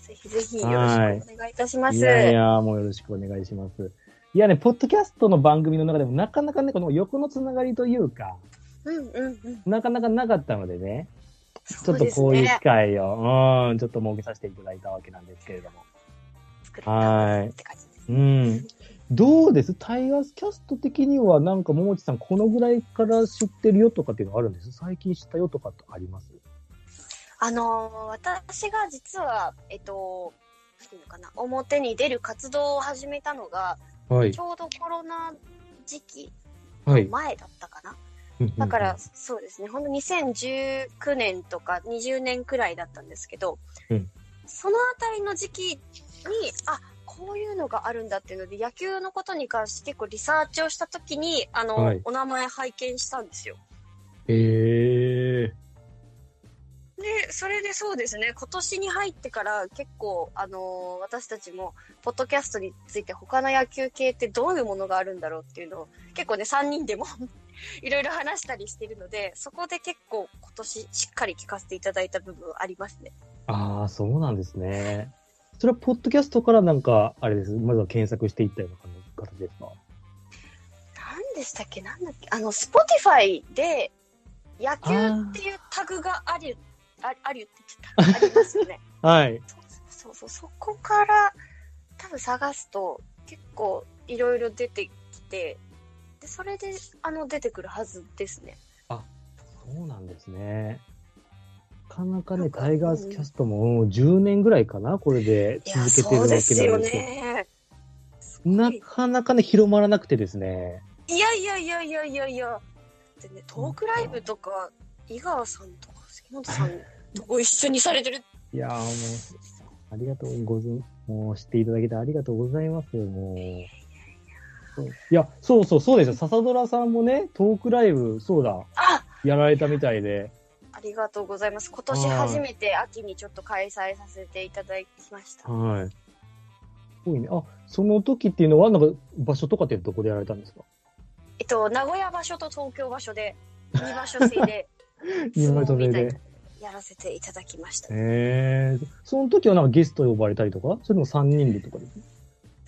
Speaker 2: ぜひぜひよろしくお願いいたします。
Speaker 1: いやいや、もうよろしくお願いします。いやね、ポッドキャストの番組の中でも、なかなかね、この横のつながりというか、
Speaker 2: うんうんうん。
Speaker 1: なかなかなかったのでね、ち
Speaker 2: そ
Speaker 1: ょっ
Speaker 2: う
Speaker 1: と
Speaker 2: です
Speaker 1: こういう
Speaker 2: ね
Speaker 1: 機。会を、うん、ちょっと設けさせていただいたわけなんですけれども。
Speaker 2: 作ったって感じです
Speaker 1: うん。どうですタイガースキャスト的には、なんか、桃地さん、このぐらいから知ってるよとかっていうのあるんです最近知ったよとかってあります
Speaker 2: あのー私が実は、えっと、なんていうのかな、表に出る活動を始めたのが、
Speaker 1: はい
Speaker 2: ち。ょうどコロナ時期
Speaker 1: はい。
Speaker 2: 前だったかな。だから、、そうですね、ほんと2019年とか20年くらいだったんですけど、
Speaker 1: うん
Speaker 2: そのあたりの時期に、あこういうのがあるんだっていうので、野球のことに関して結構リサーチをしたときに、あの、
Speaker 1: はい
Speaker 2: お名前拝見したんですよ。
Speaker 1: ええ
Speaker 2: で、それでそうですね、今年に入ってから結構、あのー私たちも、ポッドキャストについて他の野球系ってどういうものがあるんだろうっていうのを、結構ね、3人でも *laughs* いろいろ話したりしてるので、そこで結構今年しっかり聞かせていただいた部分ありますね。
Speaker 1: ああ、そうなんですね。それは、ポッドキャストからなんか、あれです。まずは検索していったような感じ形ですか
Speaker 2: 何でしたっけなんだっけあの、スポティファイで、野球っていうタグがあり、あありって言ってた。ありますよね。
Speaker 1: はい。
Speaker 2: そうそう、そこから多分探すと結構いろいろ出てきて、で、それであの出てくるはずですね。
Speaker 1: そうなんですね。なかなか
Speaker 2: な
Speaker 1: ね、
Speaker 2: んか
Speaker 1: タイガースキャストもうん10年ぐらいかな、これで
Speaker 2: い
Speaker 1: 続
Speaker 2: や、
Speaker 1: けてる
Speaker 2: そ
Speaker 1: わけなん
Speaker 2: うで
Speaker 1: ですけ
Speaker 2: す
Speaker 1: ど
Speaker 2: よ。ね。
Speaker 1: なかなかね、広まらなくてですね。
Speaker 2: いやいやいやいやいやいや。でね、トークライブとか、井川さんとか杉本さんとご一緒にされてる。
Speaker 1: いやーもう、ありがとうございます。もう知っていただけてありがとうございます。もう。いや、そうそう、そうですよ。笹ドラさんもね、トークライブ、そうだ、
Speaker 2: あ
Speaker 1: やられたみたいで。
Speaker 2: ありがとうございます。今年初めて秋にちょっと開催させていただきました。
Speaker 1: はい。すごいね。あ、その時っていうのは、なんか、場所とかってどこでやられたんですか
Speaker 2: えっと、名古屋場所と東京場所で、2場所制で、
Speaker 1: 二場所制で
Speaker 2: 相撲みたいなのやらせていただきました。
Speaker 1: へえー。その時はなんかゲスト呼ばれたりとか、それも3人でとかです。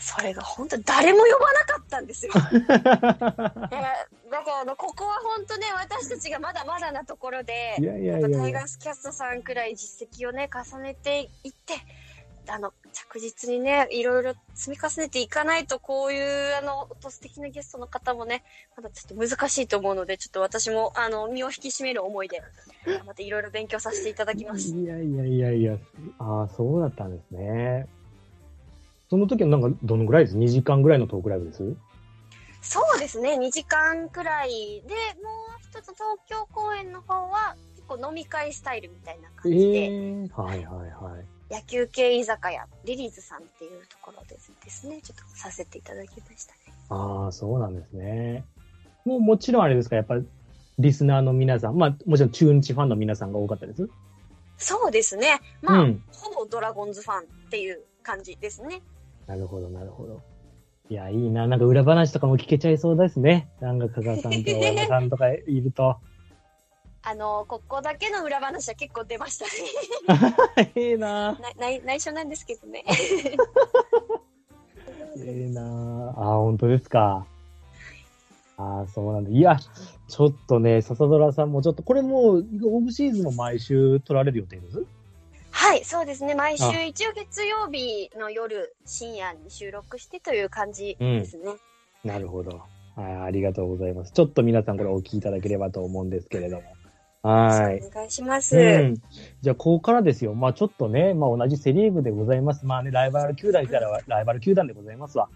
Speaker 2: それが本当誰も呼ばなかった
Speaker 1: *laughs*
Speaker 2: んですよ。だ *laughs* からあのここは本当ね私たちがまだまだなところで
Speaker 1: いやい
Speaker 2: や
Speaker 1: や
Speaker 2: っ
Speaker 1: いや
Speaker 2: ぱタイ
Speaker 1: い
Speaker 2: ガ
Speaker 1: や。
Speaker 2: ースキャストさんくらい実績をね重ねていってあの着実にねいろいろ積み重ねていかないとこういうあのと素敵なゲストの方もねまだちょっと難しいと思うのでちょっと私もあの身を引き締める思いで頑張っていろいろ勉強させていただきました。
Speaker 1: いやいやいやいや。ああ、そうだったんですね。その時はなんか、どのぐらいです ?2 時間ぐらいのトークライブです
Speaker 2: そうですね、2時間くらいで、もう一つ東京公演の方は、結構飲み会スタイルみたいな感じで、
Speaker 1: えー。はいはいはい。
Speaker 2: 野球系居酒屋、リリーズさんっていうところでですね、ちょっとさせていただきましたね。
Speaker 1: ああ、そうなんですね。もうもちろんあれですか、やっぱりリスナーの皆さん、まあもちろん中日ファンの皆さんが多かったです。
Speaker 2: そうですね、まあ、
Speaker 1: うん。
Speaker 2: ほぼドラゴンズファンっていう感じですね。
Speaker 1: なるほど、なるほど。いや、いいな。なんか裏話とかも聞けちゃいそうですね。なんか加賀さんと大山さんとかいると。
Speaker 2: あの、ここだけの裏話は結構出ましたね。
Speaker 1: *laughs*
Speaker 2: *laughs*
Speaker 1: ええな
Speaker 2: な内内緒なんですけどね。 *laughs*
Speaker 1: ええなああ、本当ですか。ああ、そうなんだ。いや、ちょっとね、笹空さんもちょっと、これもう、オフシーズンも毎週取られる予定です
Speaker 2: はい、そうですね。毎
Speaker 1: あ
Speaker 2: 週一応月曜日の夜、深夜に収録してという感じですね。
Speaker 1: なるほど。はい、ありがとうございます。ちょっと皆さんこれお聞きいただければと思うんですけれども。は
Speaker 2: よ
Speaker 1: い
Speaker 2: ろ。しくお願いします。
Speaker 1: うん、じゃあ、ここからですよ。まあ、ちょっとね、まあ、同じセリーグでございます。まあね、ライバル球団からはライバル球団でございますわ。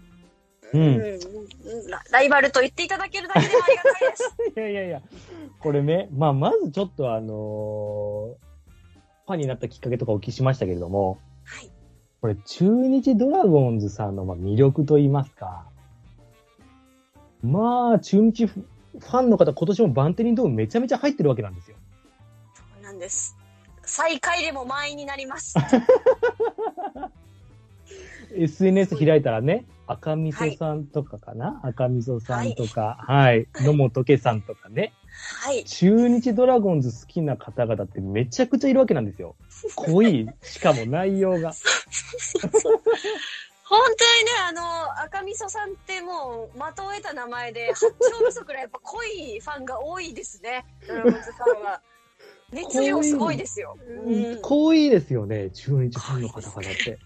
Speaker 1: う
Speaker 2: うんん。うんラライバルと言っていただけるだけでもありがたい
Speaker 1: *laughs*
Speaker 2: で
Speaker 1: い
Speaker 2: す。
Speaker 1: やいやいや、これね、まあ、まずちょっとあのーファンになったきっかけとかお聞きしましたけれども、
Speaker 2: はい
Speaker 1: これ、中日ドラゴンズさんのまあ魅力といいますか、まあ、中日ファンの方、今年もバンテリンドームめちゃめちゃ入ってるわけなんですよ。
Speaker 2: そうなんです。最下位でも満員になります。
Speaker 1: SNS 開いたらね、赤みそさんとかかな、赤みそさんとか、はい、野本家さんとかね、 *laughs*
Speaker 2: はい。
Speaker 1: 中日ドラゴンズ好きな方々ってめちゃくちゃいるわけなんですよ。濃い、しかも内容が。
Speaker 2: 本当にね、あの、赤味噌さんってもう、まとえた名前で、八丁味噌くらいやっぱ濃いファンが多いですね。ドラゴンズファ
Speaker 1: *laughs*
Speaker 2: ンは。熱量すごいですよ。うん
Speaker 1: 濃いですよね、中日ファンの方々って。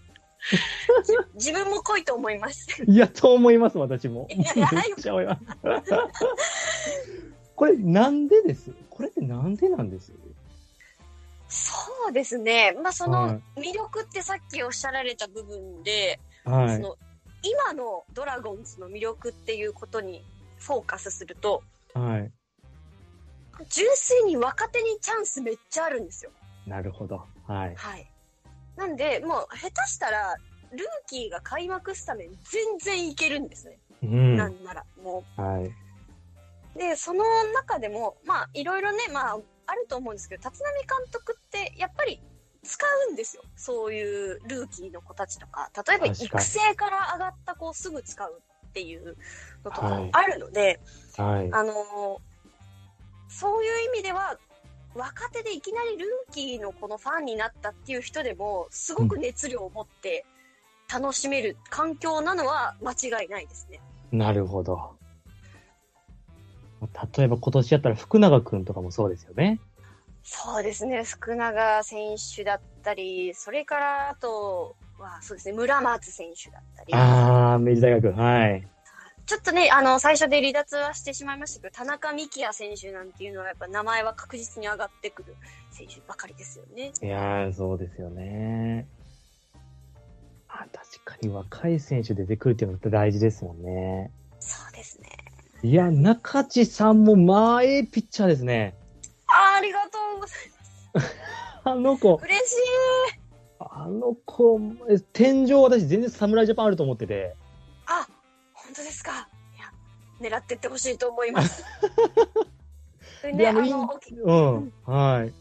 Speaker 2: 自分も濃いと思います。
Speaker 1: *laughs* いや、と思います、私も。
Speaker 2: い
Speaker 1: め
Speaker 2: や
Speaker 1: っちゃ思います。 *laughs* これ、なんでですこれってなんでなんです
Speaker 2: そうですね。まあ、そ
Speaker 1: は
Speaker 2: の魅力ってさっきおっしゃられた部分で、
Speaker 1: い。は
Speaker 2: そ
Speaker 1: い。
Speaker 2: の今のドラゴンズの魅力っていうことにフォーカスすると、
Speaker 1: はい。
Speaker 2: 純粋に若手にチャンスめっちゃあるんですよ。
Speaker 1: なるほど。はい。
Speaker 2: はい。なんで、もう下手したら、ルーキーが開幕すために全然いけるんですね。
Speaker 1: うん。
Speaker 2: な
Speaker 1: はい。
Speaker 2: んなら、もう。で、その中でも、まあ、いろいろね、まあ、あると思うんですけど、立浪監督って、やっぱり、使うんですよ。そういうルーキーの子たちとか、例え
Speaker 1: 確
Speaker 2: ば
Speaker 1: かに
Speaker 2: 育成から上がった子をすぐ使うっていうのとか
Speaker 1: はい
Speaker 2: もあるので、
Speaker 1: はい。
Speaker 2: あのーそういう意味では、若手でいきなりルーキーのこのファンになったっていう人でも、すごく熱量を持って楽しめる環境なのは間違いないですね。
Speaker 1: なるほど。例えば今年やったら福永くんとかもそうですよね。
Speaker 2: そうですね、福永選手だったり、それからあとは、そうですね、村松選手だったり、
Speaker 1: ああ、明治大学。はい。
Speaker 2: ちょっとね、あの、最初で離脱はしてしまいましたけど、田中幹也選手なんていうのは、やっぱ名前は確実に上がってくる選手ばかりですよね。
Speaker 1: いやー、そうですよね。あ確かに若い選手出てくるっていうのって大事ですもんね。
Speaker 2: そうですね。
Speaker 1: いや、中地さんも、まあ、ええピッチャーですね。
Speaker 2: あーありがとうございます。
Speaker 1: あの子、
Speaker 2: 嬉しい
Speaker 1: あの子、え天井私全然侍ジャパンあると思ってて。
Speaker 2: あ本当ですかいや狙ってってほしいと思います
Speaker 1: *laughs*
Speaker 2: それね
Speaker 1: で
Speaker 2: あ
Speaker 1: あの
Speaker 2: の沖
Speaker 1: うん。はい。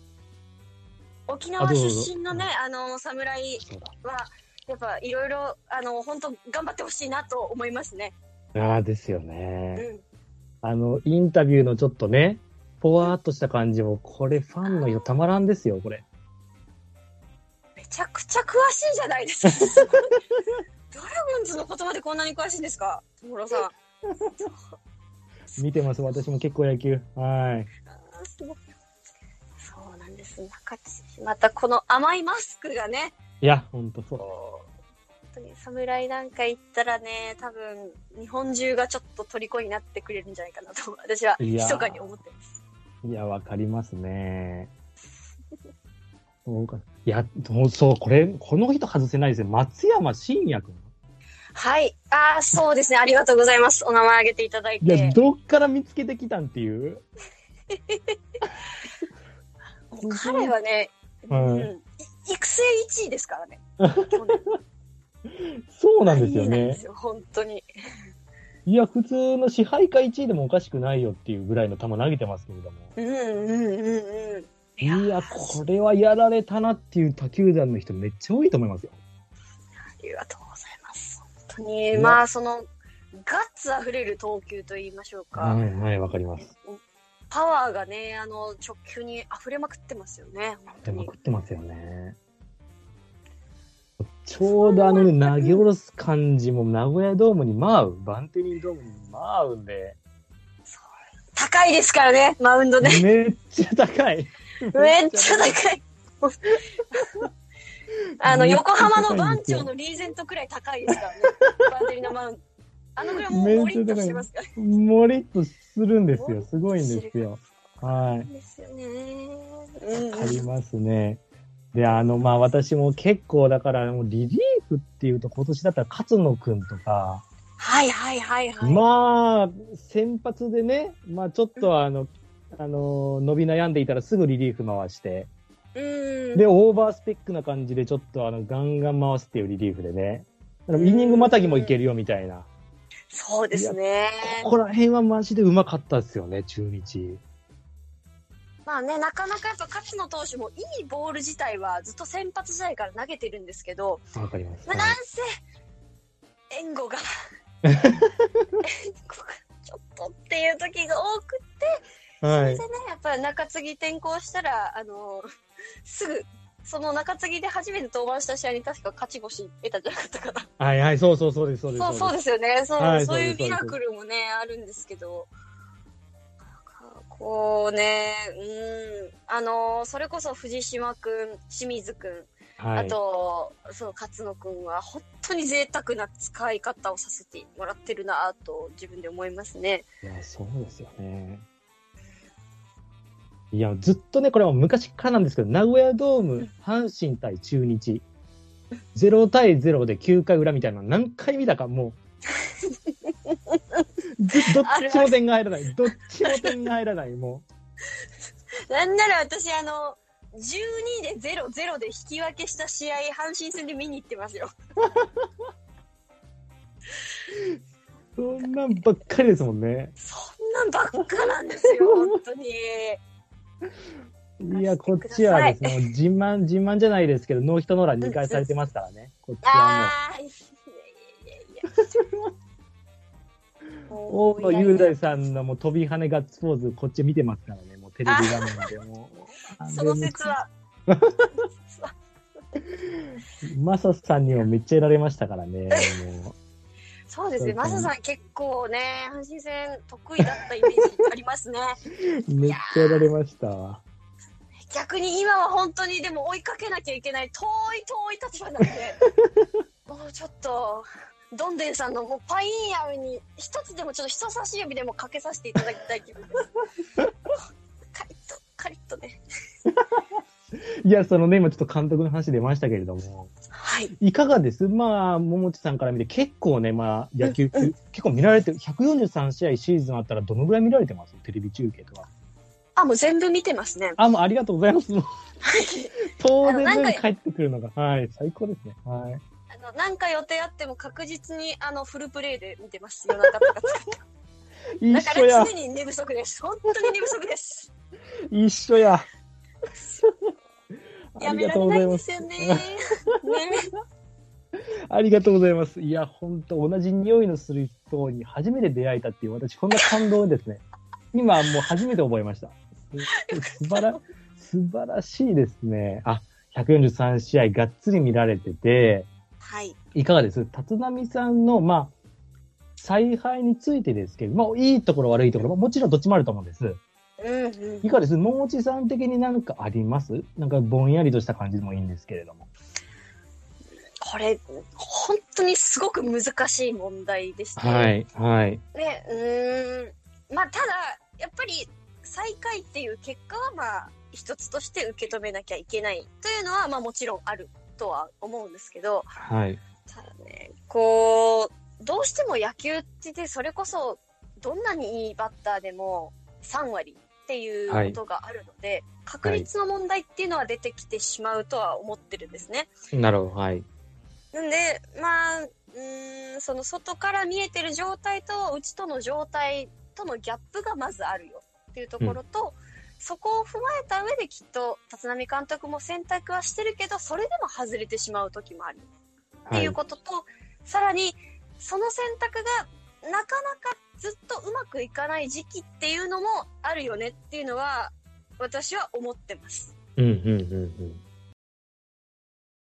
Speaker 2: 沖
Speaker 1: あ
Speaker 2: 縄
Speaker 1: どうぞ
Speaker 2: 出身のねあの侍
Speaker 1: そうだ。
Speaker 2: はやっぱいろいろあの本当頑張ってほしいなと思いますね
Speaker 1: ああ、ですよ
Speaker 2: う
Speaker 1: ね。
Speaker 2: ん
Speaker 1: あの、インタビューのちょっとね、ぽわーっとした感じも、これファンの人たまらんですよ、これ。
Speaker 2: めちゃくちゃ詳しいじゃないですかす
Speaker 1: *laughs*
Speaker 2: ごいドラゴンズのことまでこんなに詳しいんですか友郎さんあ
Speaker 1: 見てます、私も結構野球。はい。
Speaker 2: ーすごいそうなんです中地選手またこの甘いマスクがね
Speaker 1: いや、ほんとそ
Speaker 2: 本当に侍なんか行ったらね、多分日本中がちょっと虜になってくれるんじゃないかなと、 *laughs* 私はい
Speaker 1: やー
Speaker 2: 密かに思ってます。
Speaker 1: う。いや、わかります *laughs* ね。そうか。いや、もうそう、これ、この人外せないですよ。松山信也君。
Speaker 2: はい。ああ、そうですね。ありがとうございます。お名前挙げていただい
Speaker 1: いや、
Speaker 2: て。
Speaker 1: どっから見つけてきたんっていう。
Speaker 2: もう彼はね、う
Speaker 1: はい
Speaker 2: ん、い育成1位ですからね。
Speaker 1: そうなんですよ
Speaker 2: ありえない
Speaker 1: ね
Speaker 2: で。すよ本当に。
Speaker 1: いや、普通の支配下1位でもおかしくないよっていうぐらいの球投げてますけれども。
Speaker 2: うんうんうんうん。
Speaker 1: いや、これはやられたなっていう他球団の人めっちゃ多いと思いますよ。
Speaker 2: ありがとうございます。本当に、まあ、その、ガッツあふれる投球と言いましょうか。
Speaker 1: はい、はい、わかります。
Speaker 2: パワーがね、あの、直球に溢れまくってますよね。本当
Speaker 1: でま
Speaker 2: に
Speaker 1: く。ってますよね。ちょうどあのね、投げ下ろす感じも名古屋ドームにまあ合う。バンテリンドームにまあ合うんで、
Speaker 2: 高いですからね、マウ
Speaker 1: *laughs*
Speaker 2: ンドね。
Speaker 1: めっちゃ高い。
Speaker 2: めっちゃ高い。あの、
Speaker 1: めっちゃ高いんで
Speaker 2: 横
Speaker 1: すよ
Speaker 2: 浜の番長のリーゼントくらい高いで
Speaker 1: *laughs*
Speaker 2: すからね。バンテリナマウンド。あのくらいもう、
Speaker 1: めっちゃ
Speaker 2: モリッとしてますから。
Speaker 1: もりっとするんですよ。すごいんですよ。はい。
Speaker 2: ですよね。うん
Speaker 1: ありますね。で、あの、まあ私も結構だから、もうリリーフっていうと今年だったら勝野くんとか、
Speaker 2: はいはいはいはい。
Speaker 1: まあ、先発でね、まあちょっとあの、あの、伸び悩んでいたらすぐリリーフ回して、
Speaker 2: うん。
Speaker 1: で、オーバースペックな感じでちょっとあの、ガンガン回すっていうリリーフでね。だからイニングまたぎもいけるよみたいな。
Speaker 2: そうですね。
Speaker 1: ここら辺はマジでうまかったですよね、中日。
Speaker 2: まあね、なかなかやっぱ勝野投手もいいボール自体はずっと先発時代から投げてるんですけど、
Speaker 1: わかります。
Speaker 2: まあ、
Speaker 1: はい
Speaker 2: なんせ、援護が、援護がちょっとっていう時が多くて、
Speaker 1: はい
Speaker 2: そ。れでね、やっぱ中継ぎ転校したら、あのすぐ、その中継ぎで初めて登板した試合に確か勝ち星得たんじゃなかったかな。
Speaker 1: はいはい、そうそうそうです、そうです。
Speaker 2: そうそう
Speaker 1: で
Speaker 2: ですよね。そう,、
Speaker 1: はい
Speaker 2: そうい
Speaker 1: そ
Speaker 2: う
Speaker 1: うです
Speaker 2: ミラクルもね、あるんですけど。なんかこうね、うん、あのそれこそ藤島くん、清水くん、
Speaker 1: す。は
Speaker 2: あ
Speaker 1: い。
Speaker 2: と、そう、勝野くんは本当に贅沢な使い方をさせてもらってるなぁと自分で思いますね。
Speaker 1: いや、そうですよね。いや、ずっとね、これは昔からなんですけど、名古屋ドーム、阪神対中日、0対0で9回裏みたいなの何回見たか、もう。ずどっちも点が入らない。どっちも点が入らない。も
Speaker 2: なんなら私、あの、12で0-0で引き分けした試合、阪神戦で見に行ってますよ。
Speaker 1: う、そんなんばっかりですもんね。
Speaker 2: そんなんばっかなんですよ、本当に。
Speaker 1: いや、こっちはですね、もう自慢、自慢じゃないですけど、ノーヒットノーラン2回されてますからね。こっちはもう。
Speaker 2: あー、いやいやいやいや。
Speaker 1: 大野雄
Speaker 2: だ
Speaker 1: 大さんのもう飛び跳ねガッツポーズ、こっち見てますからね、もうテレビ画面でもう。
Speaker 2: その説は。
Speaker 1: マサさんにもめっちゃやられましたからね。も
Speaker 2: そうで
Speaker 1: そうです
Speaker 2: す
Speaker 1: ね
Speaker 2: ね。マサさん結構ね、阪神戦得意だったイメージありますね。
Speaker 1: うめっちゃやられましたわ。
Speaker 2: 逆に今は本当にでも追いかけなきゃいけない遠い遠い立場なんで
Speaker 1: *laughs*
Speaker 2: もうちょっとどんでんさんのもうパインアルに一つでもちょっと人差し指でもかけさせていただきたい
Speaker 1: *laughs*
Speaker 2: 気分ですカリッとカリッとね
Speaker 1: いや、そのね、今ちょっと監督の話出ましたけれども、
Speaker 2: はい
Speaker 1: いかがですまあ、桃地さんから見て、結構ね、まあ、野球、結構見られてる、143試合シーズンあったらどのぐらい見られてますテレビ中継とか。
Speaker 2: あもう全部見てますね
Speaker 1: あ、もうありがとうございます。もう当
Speaker 2: あ
Speaker 1: 然のよう
Speaker 2: のなん
Speaker 1: に
Speaker 2: か
Speaker 1: 帰ってくるのが、はい、最高ですね。はい。
Speaker 2: あのなんか予定あっても確実にあのフルプレイで見てます夜中と
Speaker 1: *laughs*
Speaker 2: か使ってだ
Speaker 1: 一緒
Speaker 2: から
Speaker 1: や
Speaker 2: 常、に寝不足です本当に寝不足です
Speaker 1: 一緒や。
Speaker 2: *laughs*
Speaker 1: *laughs*
Speaker 2: や
Speaker 1: あ
Speaker 2: め
Speaker 1: り
Speaker 2: ら
Speaker 1: がとう
Speaker 2: れ
Speaker 1: ご
Speaker 2: な
Speaker 1: ざ
Speaker 2: い
Speaker 1: いま
Speaker 2: んですすよね
Speaker 1: *laughs*
Speaker 2: ね
Speaker 1: ありがとうございます。いや、本当同じ匂いのする人に初めて出会えたっていう、私、こんな感動をですね。今、もう初めて覚えました。す素晴ら、素晴らしいですね。あ、143試合がっつり見られてて、
Speaker 2: はい
Speaker 1: いかがです立浪さんの、まあ、采配についてですけど、まあ、いいところ、悪いところ、まあもちろんどっちもあると思うんです。
Speaker 2: うんうん
Speaker 1: いかがです桃地さん的になんかありますなんかぼんやりとした感じでもいいんですけれども。
Speaker 2: これ、本当にすごく難しい問題でした。ね、
Speaker 1: い、はい。
Speaker 2: うーん。まあ、ただ、やっぱり、最下位っていう結果は、まあ、一つとして受け止めなきゃいけないというのは、まあ、もちろんあるとは思うんですけど、
Speaker 1: はい。
Speaker 2: ただね、こう、どうしても野球ってねそれこそ、どんなにいいバッターでも3割っていうことがあるので、確率の問題っていうのは出てきてしまうとは思ってるんですね。
Speaker 1: なるほど、はい。
Speaker 2: なんで、まあ、うーん、その外から見えてる状態と、うちとの状態とのギャップがまずあるよっていうところと、そこを踏まえた上できっと、立浪監督も選択はしてるけど、それでも外れてしまう時もあるっていうことと、さらに、その選択がなかなかずっとうまくいかない時期っていうのもあるよねっていうのは、私は思ってます。
Speaker 1: うんうんうんうん。